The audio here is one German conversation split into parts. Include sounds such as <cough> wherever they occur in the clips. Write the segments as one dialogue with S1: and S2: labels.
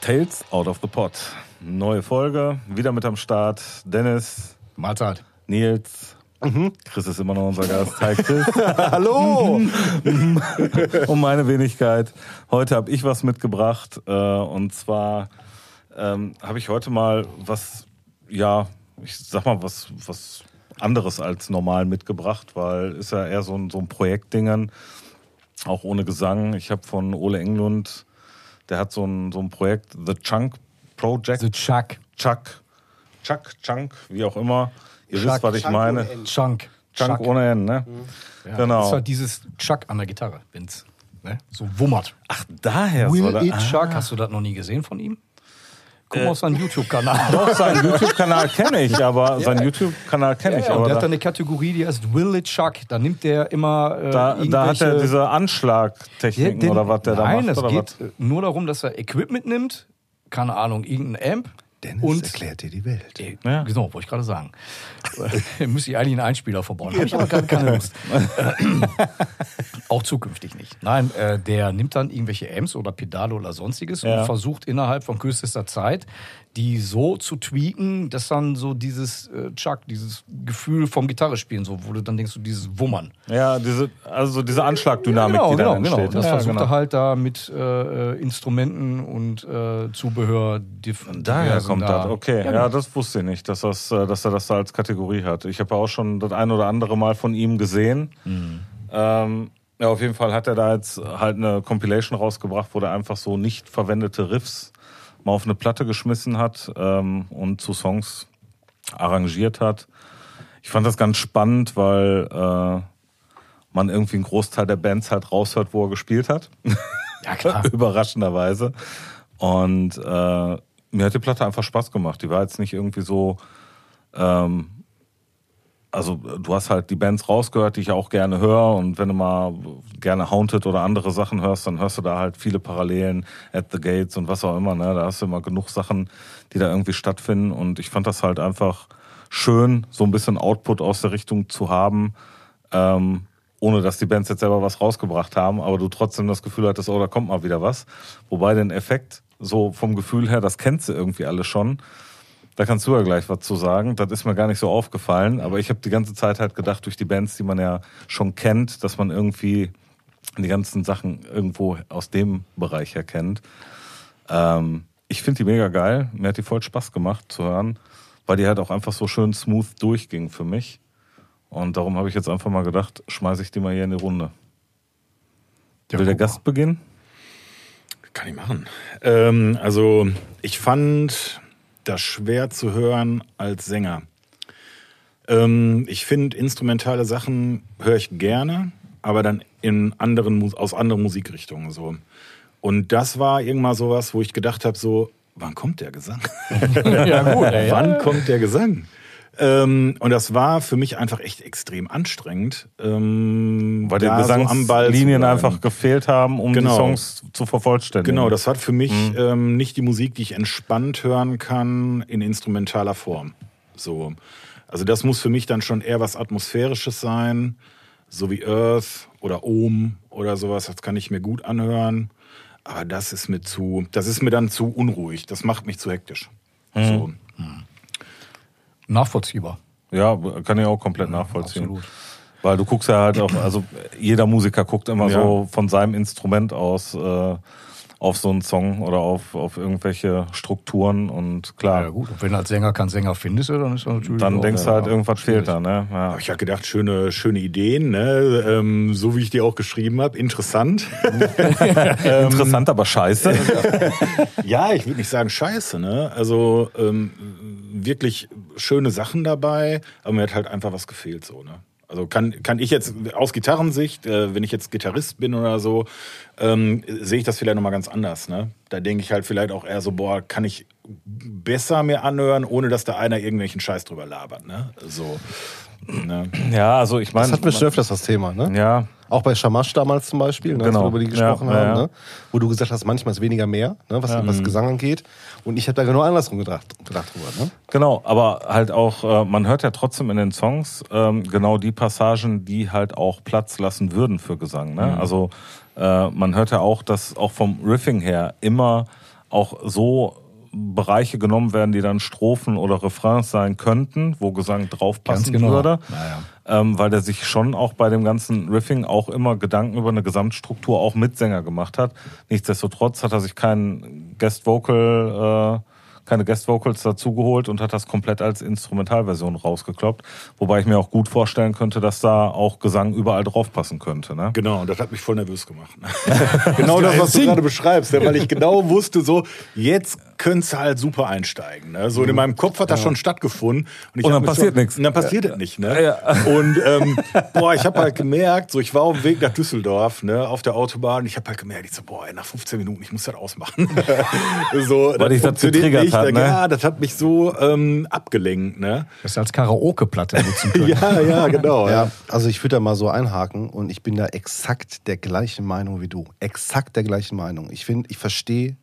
S1: Tales out of the pot. Neue Folge, wieder mit am Start. Dennis,
S2: Mahlzeit.
S1: Nils, Chris ist immer noch unser Gast. Hi Chris.
S2: Hallo!
S1: um meine Wenigkeit. Heute habe ich was mitgebracht äh, und zwar ähm, habe ich heute mal was, ja, ich sag mal was, was anderes als normal mitgebracht, weil ist ja eher so ein, so ein Projektdingen, auch ohne Gesang. Ich habe von Ole Englund, der hat so ein, so ein Projekt, The Chunk Project,
S2: The Chuck.
S1: Chuck, Chuck, Chunk, wie auch immer. Ihr
S2: Chuck,
S1: wisst, was ich
S3: Chunk
S1: meine.
S3: ohne N.
S2: Chunk.
S1: Chunk ohne N, ne?
S2: Ja, Das
S1: Genau.
S2: ist halt dieses Chuck an der Gitarre, wenn's ne, so wummert.
S1: Ach, daher
S2: Will
S1: soll er-
S2: It Chuck, Äh. hast du das noch nie gesehen von ihm? Guck mal auf seinen YouTube-Kanal.
S1: Doch, seinen
S2: <laughs>
S1: YouTube-Kanal kenne ich, aber seinen YouTube-Kanal kenne ich.
S2: Ja, und
S1: aber
S2: der hat da
S1: da,
S2: eine Kategorie, die heißt Will It Chuck. Da nimmt der immer
S1: da,
S2: äh,
S1: da hat er
S2: irgendwelche-
S1: diese
S2: Ja,
S1: Anschlagtechniken
S2: den-
S1: oder was der da macht.
S2: Nein, es
S1: oder
S2: geht äh, nur darum, dass er Equipment nimmt, keine Ahnung, irgendein Amp.
S3: Dennis
S2: und
S3: erklärt dir die Welt.
S2: Äh,
S1: Ja.
S2: Genau, wollte ich
S1: <laughs>
S2: gerade sagen. Äh, Müsste ich eigentlich einen Einspieler verbauen. Habe ich aber gerade keine
S1: <laughs>
S2: Lust. Äh, Auch zukünftig nicht. Nein, äh, der nimmt dann irgendwelche Amps oder Pedale oder sonstiges
S1: Ja.
S2: und versucht innerhalb von kürzester Zeit, die so zu tweaken, dass dann so dieses äh, Chuck, dieses Gefühl vom Gitarrespielen, so wo du dann denkst, so dieses Wummern.
S1: was. Ja, diese, also so diese Anschlagdynamik,
S2: genau,
S1: die da
S2: genau,
S1: entsteht.
S2: genau. Das
S1: ja,
S2: versucht
S1: genau.
S2: er halt da mit äh, Instrumenten und äh, Zubehör. diff-
S1: Daher
S2: diversen
S1: kommt
S2: da.
S1: das, okay. Ja,
S2: genau.
S1: das wusste ich nicht, dass, das, äh, dass er das da als Kategorie hat. Ich habe auch schon das ein oder andere Mal von ihm gesehen.
S2: Mhm.
S1: Ähm, ja, auf jeden Fall hat er da jetzt halt eine Compilation rausgebracht, wo er einfach so nicht verwendete Riffs mal auf eine Platte geschmissen hat ähm, und zu Songs arrangiert hat. Ich fand das ganz spannend, weil äh, man irgendwie einen Großteil der Bands halt raushört, wo er gespielt hat.
S2: Ja, klar. <laughs>
S1: <laughs> Überraschenderweise. Und äh, mir hat die Platte einfach Spaß gemacht. Die war jetzt nicht irgendwie so. Ähm, also, du hast halt die Bands rausgehört, die ich auch gerne höre. Und wenn du mal gerne Haunted oder andere Sachen hörst, dann hörst du da halt viele Parallelen, At the Gates und was auch immer. Ne? Da hast du immer genug Sachen, die da irgendwie stattfinden. Und ich fand das halt einfach schön, so ein bisschen Output aus der Richtung zu haben. Ähm, ohne dass die Bands jetzt selber was rausgebracht haben, aber du trotzdem das Gefühl hattest, oh, da kommt mal wieder was. Wobei den Effekt, so vom Gefühl her, das kennst du irgendwie alle schon. Da kannst du ja gleich was zu sagen. Das ist mir gar nicht so aufgefallen, aber ich habe die ganze Zeit halt gedacht, durch die Bands, die man ja schon kennt, dass man irgendwie die ganzen Sachen irgendwo aus dem Bereich her kennt. Ähm, ich finde die mega geil. Mir hat die voll Spaß gemacht zu hören, weil die halt auch einfach so schön smooth durchging für mich. Und darum habe ich jetzt einfach mal gedacht, schmeiße ich die mal hier in die Runde.
S2: Ja,
S1: Will der
S2: guck mal.
S1: Gast beginnen?
S4: Kann ich machen. Ähm, also, ich fand das schwer zu hören als Sänger. Ähm, ich finde, instrumentale Sachen höre ich gerne, aber dann in anderen, Mu- aus anderen Musikrichtungen so. Und das war irgendwann sowas, wo ich gedacht habe, so, wann kommt
S1: <laughs>
S4: der Gesang?
S2: ja, gut. ey.
S4: Wann kommt der Gesang? Ähm, und das war für mich einfach echt extrem anstrengend. Ähm,
S1: Weil die
S4: da so am Ball zu
S1: Gesangslinien
S4: bleiben.
S1: einfach gefehlt haben, um die
S4: Genau.
S1: Songs zu vervollständigen.
S4: Genau, das hat für mich ähm, nicht die Musik, die ich entspannt hören kann, in instrumentaler Form. So. Also das muss für mich dann schon eher was Atmosphärisches sein, so wie Earth oder Ohm oder sowas. Das kann ich mir gut anhören. Aber das ist mir zu, das ist mir dann zu unruhig. Das macht mich zu hektisch. So.
S2: Nachvollziehbar.
S1: Ja, kann ich auch komplett nachvollziehen.
S2: absolut.
S1: Weil du guckst ja halt auch, also jeder Musiker guckt immer
S4: Ja.
S1: so von seinem Instrument aus äh, auf so einen Song oder auf, auf irgendwelche Strukturen und klar,
S2: Ja, gut. Und wenn du als Sänger keinen Sänger findest, ja, dann ist das natürlich.
S1: dann
S2: auch,
S1: denkst du
S2: ja,
S1: halt, irgendwas fehlt da, ne? Ja.
S4: Hab ich ja gedacht, schöne, schöne Ideen, ne? ähm, so wie ich die auch geschrieben habe. Interessant.
S1: Interessant, aber scheiße.
S4: Ja, ich würde nicht sagen scheiße, ne? Also ähm, wirklich schöne Sachen dabei, aber mir hat halt einfach was gefehlt so, ne? Also kann, kann ich jetzt aus Gitarrensicht, äh, wenn ich jetzt Gitarrist bin oder so, ähm, sehe ich das vielleicht nochmal ganz anders, ne? Da denke ich halt vielleicht auch eher so, boah, kann ich besser mir anhören, ohne dass da einer irgendwelchen Scheiß drüber labert, ne? So. Ne?
S1: ja, also ich meine.
S3: Das hatten wir schon öfters das Thema, ne?
S1: Ja,
S3: Auch bei Shamash damals zum Beispiel, ne, als
S1: Genau.
S3: wir über die gesprochen
S1: Ja, ja,
S3: haben,
S1: ja. Mhm.
S3: Ne? wo du gesagt hast, manchmal ist weniger mehr, ne? was, was Gesang angeht. Und ich habe da genau andersrum gedacht, gedacht drüber. Ne?
S1: Genau, aber halt auch, äh, man hört ja trotzdem in den Songs ähm, genau die Passagen, die halt auch Platz lassen würden
S2: Mhm.
S1: für Gesang. Ne? Also äh, man hört ja auch, dass auch vom Riffing her immer auch so Bereiche genommen werden, die dann Strophen oder Refrains sein könnten, wo Gesang draufpassen
S2: Ganz genau.
S1: würde.
S2: Naja.
S1: Ähm, weil der sich schon auch bei dem ganzen Riffing auch immer Gedanken über eine Gesamtstruktur auch mit Sänger gemacht hat. Nichtsdestotrotz hat er sich keinen Guest Vocal, äh, keine Guest Vocals dazugeholt und hat das komplett als Instrumentalversion rausgekloppt. Wobei ich mir auch gut vorstellen könnte, dass da auch Gesang überall draufpassen könnte. Ne?
S4: Genau, und das hat mich voll nervös gemacht. <laughs> genau das, was du gerade beschreibst, ne, weil ich genau wusste, so, jetzt könntest du halt super einsteigen. Ne? So in meinem Kopf hat das schon stattgefunden. ich
S1: Mhm. Und
S4: hab
S1: dann
S4: mich
S1: passiert
S4: schon-
S1: nix.
S4: Und dann passiert es nicht. Ne? Und ähm, boah, ich habe halt gemerkt, so ich war auf dem Weg nach Düsseldorf, ne, auf der Autobahn. Ich habe halt gemerkt, ich so, boah, ey, nach 15 Minuten, ich muss das ausmachen. <laughs> so,
S1: Weil dich das
S4: funktioniert
S1: getriggert
S4: nicht.
S1: hat, ne?
S4: Ja, das hat mich so ähm, abgelenkt. Ne?
S2: Das als Karaoke-Platte
S1: <laughs>
S2: nutzen können.
S4: Ja, ja, genau. ja.
S3: Ja, also ich würde da mal so einhaken und ich bin da exakt der gleichen Meinung wie du. Exakt der gleichen Meinung. Ich finde, ich verstehe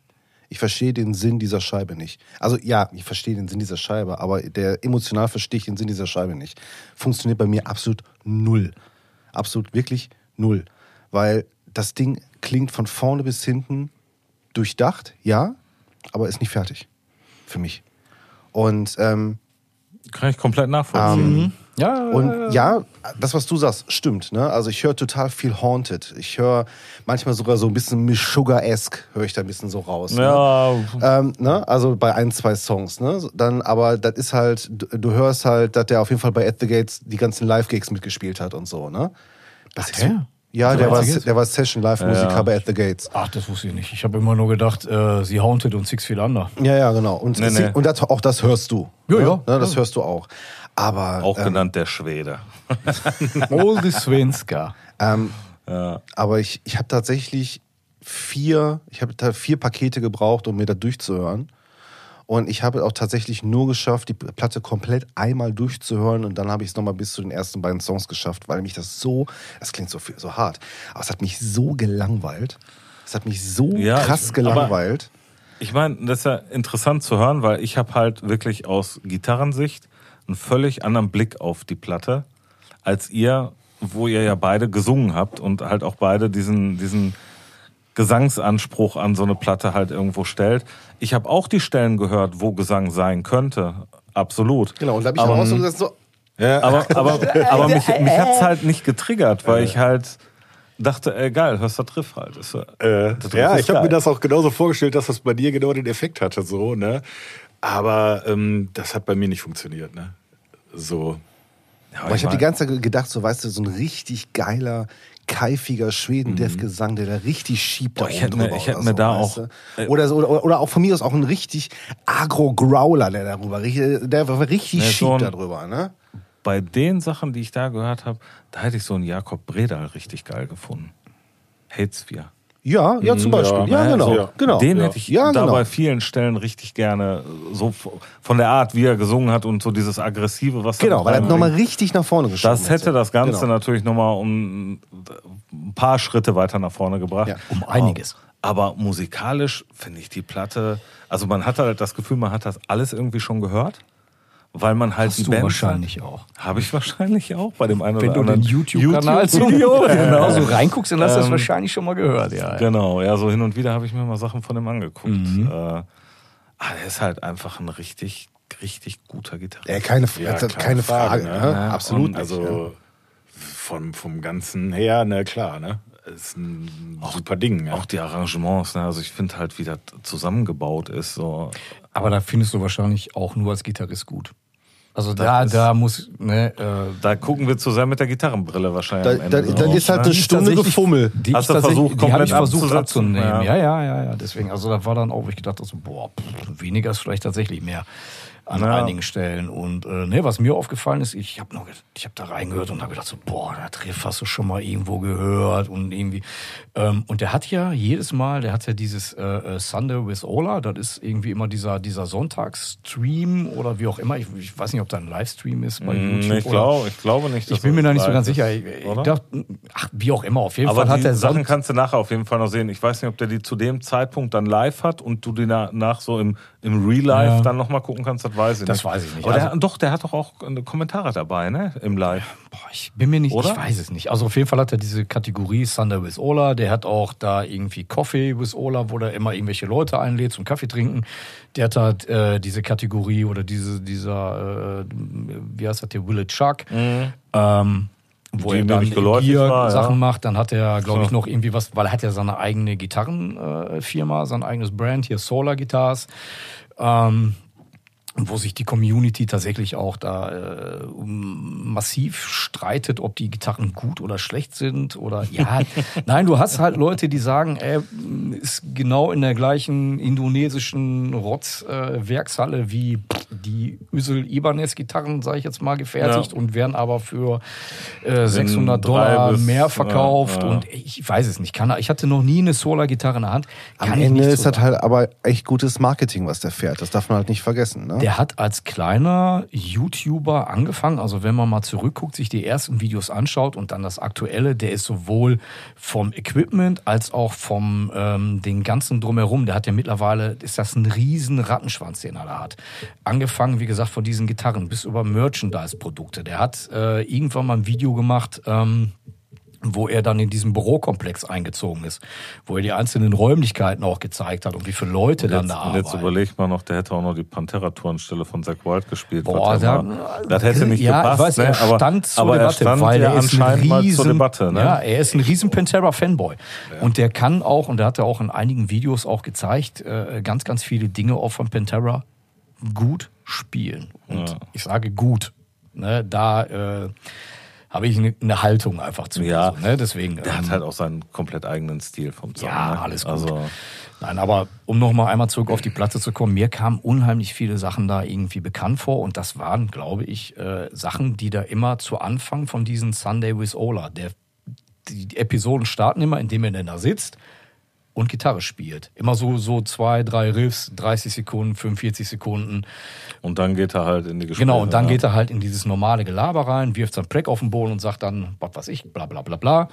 S3: ich verstehe den Sinn dieser Scheibe nicht. Also ja, ich verstehe den Sinn dieser Scheibe, aber der emotional verstehe ich den Sinn dieser Scheibe nicht. Funktioniert bei mir absolut null. Absolut wirklich null. Weil das Ding klingt von vorne bis hinten durchdacht, ja, aber ist nicht fertig. Für mich. Und ähm,
S1: Kann ich komplett nachvollziehen.
S2: Ja,
S3: und ja, das, was du sagst, stimmt. Ne? Also ich höre total viel Haunted. Ich höre manchmal sogar so ein bisschen Miss Sugar-esque, höre ich da ein bisschen so raus. Ne?
S1: Ja,
S3: Ähm, ne? Also bei ein, zwei Songs. Ne? So, Dann, aber das ist halt, du, du hörst halt, dass der auf jeden Fall bei At the Gates die ganzen Live-Gigs mitgespielt hat und so. Ne? Das ist
S2: der?
S3: Ja,
S2: Hat er
S3: der
S2: bei
S3: war,
S2: At the Gates?
S3: der war Session-Live-Musiker bei At the Gates.
S2: Ach, das wusste ich nicht. Ich habe immer nur gedacht, äh, sie Haunted und Six
S1: <laughs>
S2: Feet Under.
S3: Ja, ja, genau. Und,
S1: Nee, nee.
S3: und das, auch das hörst du.
S2: Ja,
S3: ne?
S2: ja.
S3: Ne? Das hörst du auch. Aber
S1: auch genannt der Schwede.
S2: Olde Svenska.
S3: Ähm, Aber ich, ich habe tatsächlich vier, ich habe da vier Pakete gebraucht, um mir da durchzuhören. Und ich habe auch tatsächlich nur geschafft, die Platte komplett einmal durchzuhören. Und dann habe ich es nochmal bis zu den ersten beiden Songs geschafft, weil mich das so, das klingt so, viel- so hart, aber es hat mich so gelangweilt. Es hat mich so
S1: Ja,
S3: krass
S1: ich-
S3: gelangweilt.
S1: Ich meine, das ist ja interessant zu hören, weil ich habe halt wirklich aus Gitarrensicht einen völlig anderen Blick auf die Platte als ihr, wo ihr ja beide gesungen habt und halt auch beide diesen, diesen Gesangsanspruch an so eine Platte halt irgendwo stellt. Ich habe auch die Stellen gehört, wo Gesang sein könnte. Absolut.
S3: Genau, und da habe ich dann auch so
S1: Ähm,
S3: gesagt, so,
S1: Aber, aber,
S4: <laughs> Äh,
S1: aber mich, mich hat es halt nicht getriggert, weil ich halt dachte, ey, geil, hörst du das Riff halt. Ist,
S4: Äh,
S1: das Riff
S4: ja,
S1: ist
S4: ich habe
S1: geil.
S4: mir das auch genauso vorgestellt, dass das bei dir genau den Effekt hatte, so, ne? Aber ähm, das hat bei mir nicht funktioniert, ne? So.
S1: Ja,
S3: Aber ich habe die
S1: mein-
S3: ganze Zeit gedacht, so weißt du, so ein richtig geiler, keifiger Schweden-Death-Gesang, der da richtig schiebt. da
S1: Boah, ich
S3: oben
S1: hätte mir-
S3: drüber
S1: ich hätte
S3: oder
S1: mir da
S3: weißt
S1: auch- äh,
S3: du? Oder, so, oder, oder auch von mir aus auch ein richtig Agro-Growler, der darüber richtig, äh, der richtig
S1: Ja, so
S3: schiebt
S1: ein-
S3: darüber. Ne?
S1: bei den Sachen, die ich da gehört habe, da hätte ich so einen Jakob Bredal richtig geil gefunden. Hatesphere.
S3: Ja, ja, zum
S4: Ja,
S3: Beispiel. Ja,
S4: ne,
S3: genau.
S4: so, ja.
S3: genau.
S1: Den
S3: ja.
S1: hätte ich
S3: ja,
S1: da
S3: genau.
S1: bei vielen Stellen richtig gerne äh, so v- von der Art, wie er gesungen hat und so dieses aggressive, was
S3: Genau,
S1: da
S3: weil er
S1: mit
S3: nochmal
S1: reinbringt.
S3: richtig nach vorne geschoben
S1: das hätte das Ganze
S3: Genau.
S1: natürlich nochmal um äh, ein paar Schritte weiter nach vorne gebracht.
S3: Ja,
S2: um einiges.
S1: Aber musikalisch finde ich die Platte, also man hat halt das Gefühl, man hat das alles irgendwie schon gehört, weil man halt
S2: Hast
S1: die
S2: du
S1: Band
S2: wahrscheinlich auch.
S1: Habe ich wahrscheinlich auch bei dem einen
S2: Wenn
S1: oder
S2: du den
S1: anderen
S2: YouTube-Kanal
S1: YouTube-Video, <laughs>
S2: genau
S1: genau.
S2: so reinguckst, dann hast du das
S1: Ähm,
S2: wahrscheinlich schon mal gehört. Ja, ja.
S1: Genau, ja, so hin und wieder habe ich mir mal Sachen von dem angeguckt.
S2: Mhm.
S1: Äh, ah, er ist halt einfach ein richtig, richtig guter Gitarrist.
S3: Ey, keine,
S4: Ja,
S3: keine,
S4: keine
S3: Frage.
S4: Frage,
S3: ne?
S1: ne?
S3: Absolut
S1: Und
S3: nicht.
S4: Also
S3: ne?
S4: vom, vom Ganzen her, ne, klar, ne? Ist ein super Ding, ja.
S1: Auch die Arrangements, ne? also ich finde halt, wie das zusammengebaut ist. So.
S2: Aber da findest du wahrscheinlich auch nur als Gitarrist gut. Also da, da muss, ne, äh,
S1: Da gucken wir zusammen mit der Gitarrenbrille wahrscheinlich
S3: Da-
S1: am Ende.
S3: da- dann
S1: drauf,
S3: ist halt
S1: ne?
S3: eine Stunde
S2: tatsächlich-
S3: Gefummel.
S2: Die
S1: Hast
S2: ich
S1: du
S2: tatsächlich-
S1: versucht,
S2: die habe
S1: komplett
S2: ich versucht
S1: abzusetzen?
S2: abzunehmen. Ja.
S1: Ja.
S2: ja, ja, ja, Deswegen, also da war dann auch, wo ich gedacht habe, so, boah, pff, weniger ist vielleicht tatsächlich mehr an
S1: Ja.
S2: einigen Stellen. Und äh, ne, was mir aufgefallen ist, ich habe noch, ge- ich habe da reingehört und habe gedacht, so, boah, der Triff hast du schon mal irgendwo gehört und irgendwie. Ähm, und der hat ja jedes Mal, der hat ja dieses äh, äh, Sunday with Ola, das ist irgendwie immer dieser dieser Sonntagsstream oder wie auch immer. Ich, ich weiß nicht, ob da ein Livestream ist bei
S1: Hm,
S2: YouTube
S1: Ich,
S2: oder.
S1: glaub, ich glaube nicht. dass
S2: Ich bin mir
S1: das
S2: da nicht so
S1: live
S2: ganz
S1: ist,
S2: sicher. Ich, ich
S1: oder?
S2: dachte, ach, wie auch immer, auf jeden
S1: Aber
S2: Fall hat
S1: die
S2: der
S1: Sachen
S2: Sonnen
S1: kannst du nachher auf jeden Fall noch sehen. Ich weiß nicht, ob der die zu dem Zeitpunkt dann live hat und du die na- nach so im, im Real Life
S2: Ja.
S1: dann nochmal gucken kannst. Das Weiß ich
S2: Das
S1: nicht.
S2: weiß ich nicht.
S1: Aber
S2: Also-
S1: der, doch, der hat doch auch äh, Kommentare dabei, ne? Im Live.
S2: Boah, ich bin mir nicht,
S1: Oder?
S2: ich weiß es nicht. Also auf jeden Fall hat er diese Kategorie Thunder with Ola. Der hat auch da irgendwie Coffee with Ola, wo er immer irgendwelche Leute einlädt zum Kaffee trinken. Der hat halt äh, diese Kategorie oder diese, dieser, äh, wie heißt das hier, Willet Chuck. Ähm, wo
S1: Mhm. Die
S2: er
S1: nämlich
S2: dann
S1: geläufig
S2: Bier
S1: war, ja.
S2: Sachen macht, dann hat er, glaube ich,
S1: So.
S2: noch irgendwie was, weil er hat ja seine eigene Gitarrenfirma, äh, Firma, sein eigenes Brand, hier Solar Guitars. Ähm, wo sich die Community tatsächlich auch da äh, um- massiv streitet, ob die Gitarren gut oder schlecht sind oder ja. <laughs> Nein, du hast halt Leute, die sagen, ey, ist genau in der gleichen indonesischen Rotzwerkshalle äh, Werkshalle wie die Üsel Ibanez Gitarren, sage ich jetzt mal, gefertigt
S1: Ja.
S2: und werden aber für äh, 600
S1: drei
S2: Dollar
S1: bis- äh,
S2: mehr verkauft
S1: ja, ja.
S2: und ich weiß es nicht. Kann, ich hatte noch nie eine Solar-Gitarre in der Hand. Kann
S3: Am
S2: ich
S3: Ende
S2: nicht
S3: ist
S2: so
S3: das halt aber echt gutes Marketing, was der fährt. Das darf man halt nicht vergessen. Ne?
S2: Der hat als kleiner YouTuber angefangen. Also wenn man mal zurückguckt, sich die ersten Videos anschaut und dann das aktuelle, der ist sowohl vom Equipment als auch vom ähm, den ganzen drumherum. Der hat ja mittlerweile, ist das ein riesen Rattenschwanz, den er da hat. Angefangen, wie gesagt, von diesen Gitarren bis über Merchandise-Produkte. Der hat äh, irgendwann mal ein Video gemacht. Ähm, wo er dann in diesen Bürokomplex eingezogen ist, wo er die einzelnen Räumlichkeiten auch gezeigt hat und wie viele Leute dann
S1: Jetzt,
S2: da
S1: und
S2: arbeiten.
S1: jetzt überlegt man noch, der hätte auch noch die Pantera-Tour von Zach Wild gespielt.
S2: Boah,
S1: was er
S2: da-
S1: mal- ne? das hätte nicht
S2: ja,
S1: gepasst.
S2: ich weiß,
S1: ne?
S2: er
S1: aber,
S2: stand zur
S1: aber
S2: Debatte,
S1: er stand
S2: weil
S1: ja
S2: er ist
S1: anscheinend
S2: ein
S1: mal
S2: riesen,
S1: zur Debatte. Ne?
S2: Ja, er ist ein riesen Pantera-Fanboy. Und der kann auch, und der hat ja auch in einigen Videos auch gezeigt, äh, ganz, ganz viele Dinge auch von Pantera gut spielen. Und ich sage gut. Ne, da äh, habe ich eine eine Haltung einfach zu.
S1: Ja.
S2: so, ne? Deswegen.
S1: der
S2: ähm,
S1: hat halt auch seinen komplett eigenen Stil vom Song.
S2: ja,
S1: ne?
S2: alles gut.
S1: Also,
S2: Nein, aber um nochmal einmal zurück auf die Platte zu kommen, mir kamen unheimlich viele Sachen da irgendwie bekannt vor und das waren, glaube ich, äh, Sachen, die da immer zu Anfang von diesen Sunday with Ola, der, die Episoden starten immer, indem er denn da sitzt und Gitarre spielt. Immer so, so zwei, drei Riffs, 30 Sekunden, 45 Sekunden.
S1: und dann geht er halt in die Gespräche.
S2: Genau, und dann
S1: ne?
S2: geht er halt in dieses normale Gelaber rein, wirft sein Preck auf den Boden und sagt dann, was weiß ich, bla bla bla bla.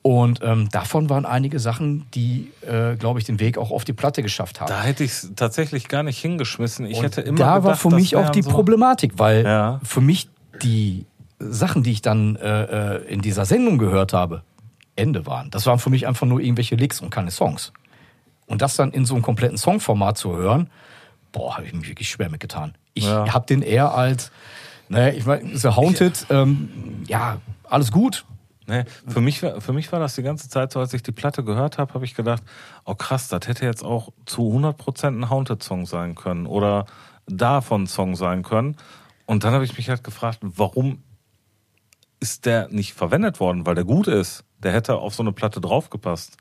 S2: Und ähm, davon waren einige Sachen, die, äh, glaube ich, den Weg auch auf die Platte geschafft haben.
S1: Da hätte ich es tatsächlich gar nicht hingeschmissen. Ich
S2: Und
S1: hätte immer
S2: da
S1: gedacht,
S2: war für
S1: das
S2: mich auch
S1: wären
S2: die
S1: so-
S2: Problematik, weil
S1: Ja.
S2: für mich die Sachen, die ich dann äh, äh, in dieser Sendung gehört habe, Ende waren. Das waren für mich einfach nur irgendwelche Licks und keine Songs. Und das dann in so einem kompletten Songformat zu hören, boah, habe ich mich wirklich schwer mitgetan. Ich
S1: Ja.
S2: habe den eher als, naja, ich meine, The Haunted, ähm, ja, alles gut.
S1: Nee, Ne, für, mich, war- für mich war das die ganze Zeit so, als ich die Platte gehört habe, habe ich gedacht, oh krass, das hätte jetzt auch zu 100% ein Haunted-Song sein können oder davon Song sein können. Und dann habe ich mich halt gefragt, warum ist der nicht verwendet worden, weil der gut ist. Der hätte auf so eine Platte draufgepasst.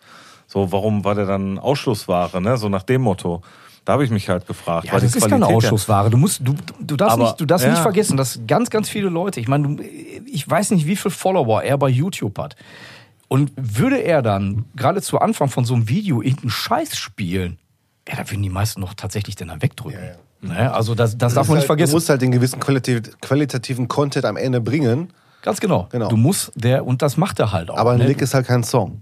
S1: So, warum war der dann Ausschlussware, ne? so nach dem Motto. Da habe ich mich halt gefragt.
S2: Ja,
S1: weil die
S2: das ist keine
S1: Qualität ja-
S2: Ausschussware. Du musst, du, du darfst,
S1: Aber-
S2: nicht, du darfst
S1: ja.
S2: nicht vergessen, dass ganz, ganz viele Leute, ich meine, du- ich weiß nicht, wie viele Follower er bei YouTube hat. Und würde er dann gerade zu Anfang von so einem Video irgendeinen Scheiß spielen, ja, da würden die meisten noch tatsächlich den dann wegdrücken. Ne? Also das, das darf man
S3: Ist halt,
S2: nicht vergessen.
S3: Du musst halt den gewissen qualitativ, qualitativen Content am Ende bringen,
S2: Ganz genau.
S3: Genau.
S2: Du musst der, und das macht er halt auch.
S3: aber ein
S2: ne?
S3: Lick ist halt kein Song.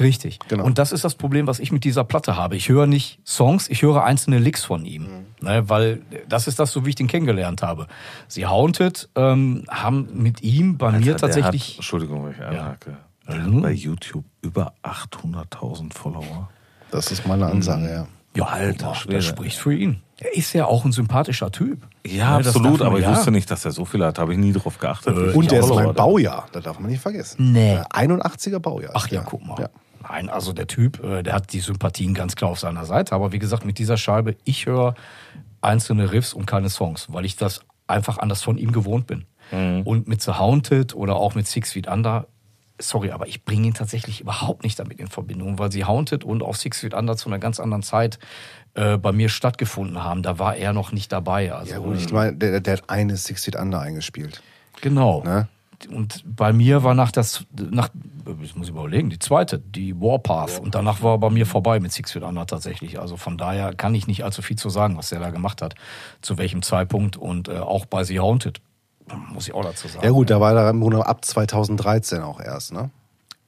S2: Richtig.
S3: Genau.
S2: Und das ist das Problem, was ich mit dieser Platte habe. Ich höre nicht Songs, ich höre einzelne Licks von ihm.
S1: Mhm.
S2: Ne, weil das ist das, so wie ich den kennengelernt habe. Sie Haunted ähm, haben mit ihm bei mir
S1: Alter, der Hat,
S2: tatsächlich.
S1: Entschuldigung, wenn ich einhacke. Der
S2: Mhm.
S1: hat bei YouTube über 800.000 Follower.
S3: Das ist meine Ansage, ja.
S2: Ja,
S1: Alter
S2: boah,
S1: Schwede.
S2: das spricht für ihn. Er ist ja auch ein sympathischer Typ.
S1: Ja,
S2: Ne, das darf
S1: absolut,
S2: man-
S1: aber ich
S2: ja. Äh,
S1: wusste nicht, dass er so viel hat. Habe ich nie drauf geachtet. wie
S3: Und
S1: viele
S3: der ist
S1: Follower
S3: mein
S1: der hat.
S3: Baujahr, das darf man nicht vergessen.
S2: Nee.
S3: Äh, 81er Baujahr.
S2: Ach ja, guck mal. Nein, also der Typ, äh, der hat die Sympathien ganz klar auf seiner Seite. Aber wie gesagt, mit dieser Scheibe, ich höre einzelne Riffs und keine Songs, weil ich das einfach anders von ihm gewohnt bin. Und mit The Haunted oder auch mit Six Feet Under, sorry, aber ich bringe ihn tatsächlich überhaupt nicht damit in Verbindung, weil sie Haunted und auch Six Feet Under zu einer ganz anderen Zeit äh, bei mir stattgefunden haben. Da war er noch nicht dabei. Also,
S3: Ja, gut, ich meine, der, der hat eine Six Feet Under eingespielt.
S2: Genau.
S3: Ne?
S2: Und bei mir war nach das, nach, ich muss überlegen, die zweite, die Warpath. Und danach war bei mir vorbei mit Six Feet Under tatsächlich. Also von daher kann ich nicht allzu viel zu sagen, was der da gemacht hat, zu welchem Zeitpunkt und äh, auch bei The Haunted. Muss ich auch dazu sagen.
S3: Ja, gut, da war er im Grunde ab 2013 auch erst, ne?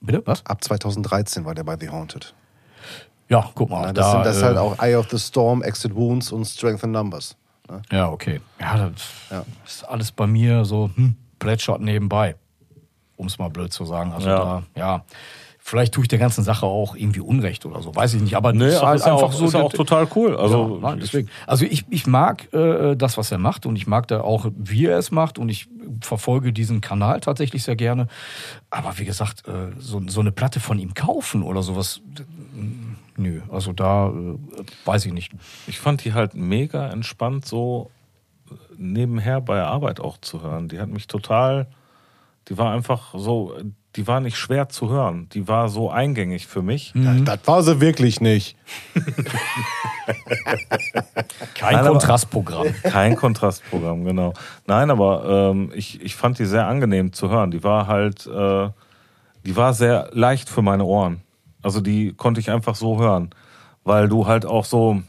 S2: Bitte? Was?
S3: Ab 2013 war der bei The Haunted.
S2: Ja, guck mal.
S3: Na, das
S2: da,
S3: sind das
S2: äh,
S3: halt auch Eye of the Storm, Exit Wounds und Strength in Numbers. Ne?
S2: Ja, okay. Ja, das
S3: Ja.
S2: ist alles bei mir so, hm, plätschert nebenbei. Um es mal blöd zu sagen. Also
S1: Ja.
S2: ja. da, ja. Vielleicht tue ich der ganzen Sache auch irgendwie Unrecht oder so, weiß ich nicht. Aber
S1: Nee,
S2: das
S1: aber ist ja auch- ist ja auch total cool. Also,
S2: Also, ja, nein,
S1: ich-
S2: deswegen. also ich, ich mag äh, das, was er macht und ich mag da auch, wie er es macht und ich verfolge diesen Kanal tatsächlich sehr gerne. Aber wie gesagt, äh, so, so eine Platte von ihm kaufen oder sowas, d- m, nö, also da äh, weiß ich nicht.
S1: Ich fand die halt mega entspannt, so nebenher bei der Arbeit auch zu hören. Die hat mich total, die war einfach so, die war nicht schwer zu hören. Die war so eingängig für mich.
S2: Mhm.
S3: Das war sie wirklich nicht.
S2: Kein
S1: Nein, aber-
S2: Kontrastprogramm.
S1: Kein Kontrastprogramm, genau. Nein, aber ähm, ich, ich fand die sehr angenehm zu hören. Die war halt, äh, die war sehr leicht für meine Ohren. Also die konnte ich einfach so hören, weil du halt auch so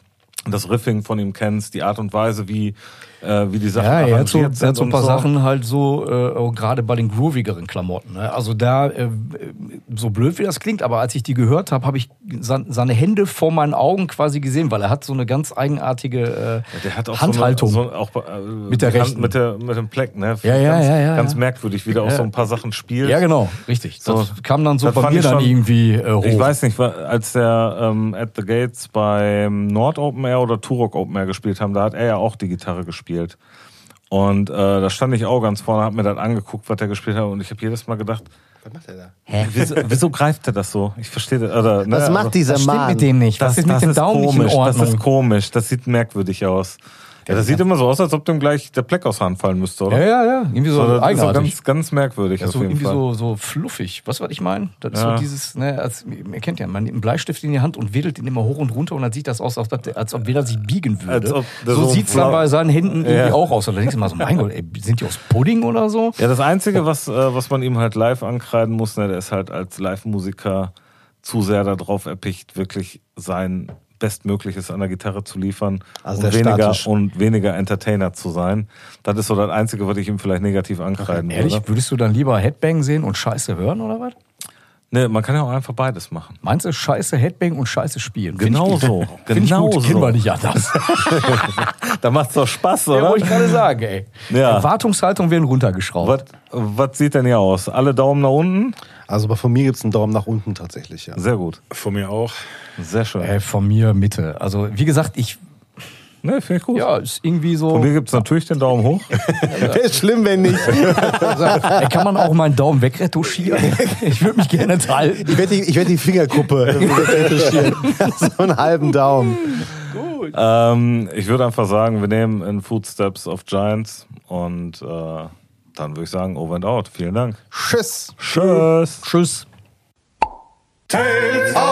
S1: das Riffing von ihm kennst, die Art und Weise, wie, äh, wie die Sachen
S2: Ja, er hat so, er
S1: arrangiert sind
S2: hat so ein
S1: und
S2: paar Sachen halt so, äh, auch gerade bei den groovigeren Klamotten. Ne? Also da, äh, so blöd wie das klingt, aber als ich die gehört habe, habe ich san- seine Hände vor meinen Augen quasi gesehen, weil er hat so eine ganz eigenartige äh,
S1: Der hat auch
S2: Handhaltung.
S1: So eine, so, auch, äh, mit
S2: der
S1: Hand,
S2: rechten.
S1: Mit, der, mit dem Pleck, ne?
S2: Ja, ja,
S1: ganz,
S2: ja, ja,
S1: Ganz
S2: ja.
S1: merkwürdig, wie der auch
S2: Ja.
S1: so ein paar Sachen spielt.
S2: ja, genau, richtig. Das
S1: So.
S2: kam dann so
S1: Das
S2: bei
S1: fand
S2: mir
S1: ich
S2: dann
S1: schon-
S2: irgendwie äh, hoch.
S1: Ich weiß nicht, wa- als der ähm, At the Gates beim Nord Open Air oder Turok Open Air gespielt haben, da hat er ja auch die Gitarre gespielt. Und äh, da stand ich auch ganz vorne, hab mir das angeguckt, was er gespielt hat. Und ich habe jedes Mal gedacht,
S3: Was macht er da?
S1: wieso, wieso greift er das so? Ich verstehe das. Oder, ne,
S5: Was macht dieser
S2: das stimmt
S5: Mann?
S2: mit dem nicht. Das, ist mit dem Daumen
S1: komisch,
S2: nicht in
S1: Das ist
S2: Ordnung.
S1: komisch, das sieht merkwürdig aus. Ja, das sieht immer so aus, als ob dem gleich der Pleck aus der Hand fallen müsste, oder?
S2: ja, ja, ja, irgendwie so,
S1: So, das ist so
S2: eigenartig.
S1: ganz, ganz merkwürdig auf
S2: so
S1: jeden
S2: irgendwie
S1: Fall.
S2: so, so fluffig. Was was ich meine? Das ist
S1: Ja.
S2: so dieses, ne, als, ihr kennt ja, man nimmt einen Bleistift in die Hand und wedelt ihn immer hoch und runter und dann sieht das aus, als ob, der- als ob jeder sich biegen würde.
S1: Als ob der
S2: so
S1: so
S2: sieht's dann
S1: blau-
S2: bei seinen Händen
S1: Ja.
S2: irgendwie auch aus. Und da denkst du mal so, mein Gott, ey, sind die aus Pudding oder so?
S1: Ja, das Einzige, was, äh, was man ihm halt live ankreiden muss, ne, der ist halt als Live-Musiker zu sehr darauf erpicht, wirklich sein Bestmögliches an der Gitarre zu liefern
S3: Also
S1: und,
S3: sehr
S1: weniger,
S3: statisch.
S1: und weniger Entertainer zu sein. Das ist so das Einzige, was ich ihm vielleicht negativ ankreiden
S2: Ehrlich,
S1: würde.
S2: würdest du dann lieber Headbang sehen und Scheiße hören oder was?
S1: Ne, man kann ja auch einfach beides machen.
S2: Meinst du Scheiße Headbang und Scheiße spielen? Find
S1: Genau
S2: ich gut.
S1: so.
S2: Find
S1: Genau
S2: ich gut.
S1: so.
S2: Kennen wir
S1: <laughs>
S2: nicht anders.
S1: Da macht's doch Spaß,
S2: ja,
S1: oder?
S2: wollte ich gerade sagen, ey.
S1: Ja.
S2: Erwartungshaltung werden runtergeschraubt.
S1: was, was sieht denn hier aus? Alle Daumen nach unten?
S3: Also aber von mir gibt es einen Daumen nach unten tatsächlich, ja.
S1: Sehr gut.
S4: Von mir auch.
S1: Sehr schön.
S2: Ey, Äh, von mir Mitte. Also, wie gesagt, ich,
S1: Ne, finde ich gut.
S2: ja, ist irgendwie so.
S1: Von mir gibt's natürlich den Daumen hoch.
S3: <laughs> Wäre schlimm, wenn nicht.
S2: Ey, kann man auch meinen Daumen wegretuschieren? Ich würde mich gerne teilen.
S3: Ich werde die, ich werd die Fingerkuppe <laughs> retuschieren. <laughs> so einen halben Daumen.
S1: Ähm, ich würde einfach sagen, wir nehmen in Footsteps of Giants und äh, dann würde ich sagen, over and out. Vielen Dank.
S3: Tschüss.
S1: Tschüss. Tschüss.
S4: Tales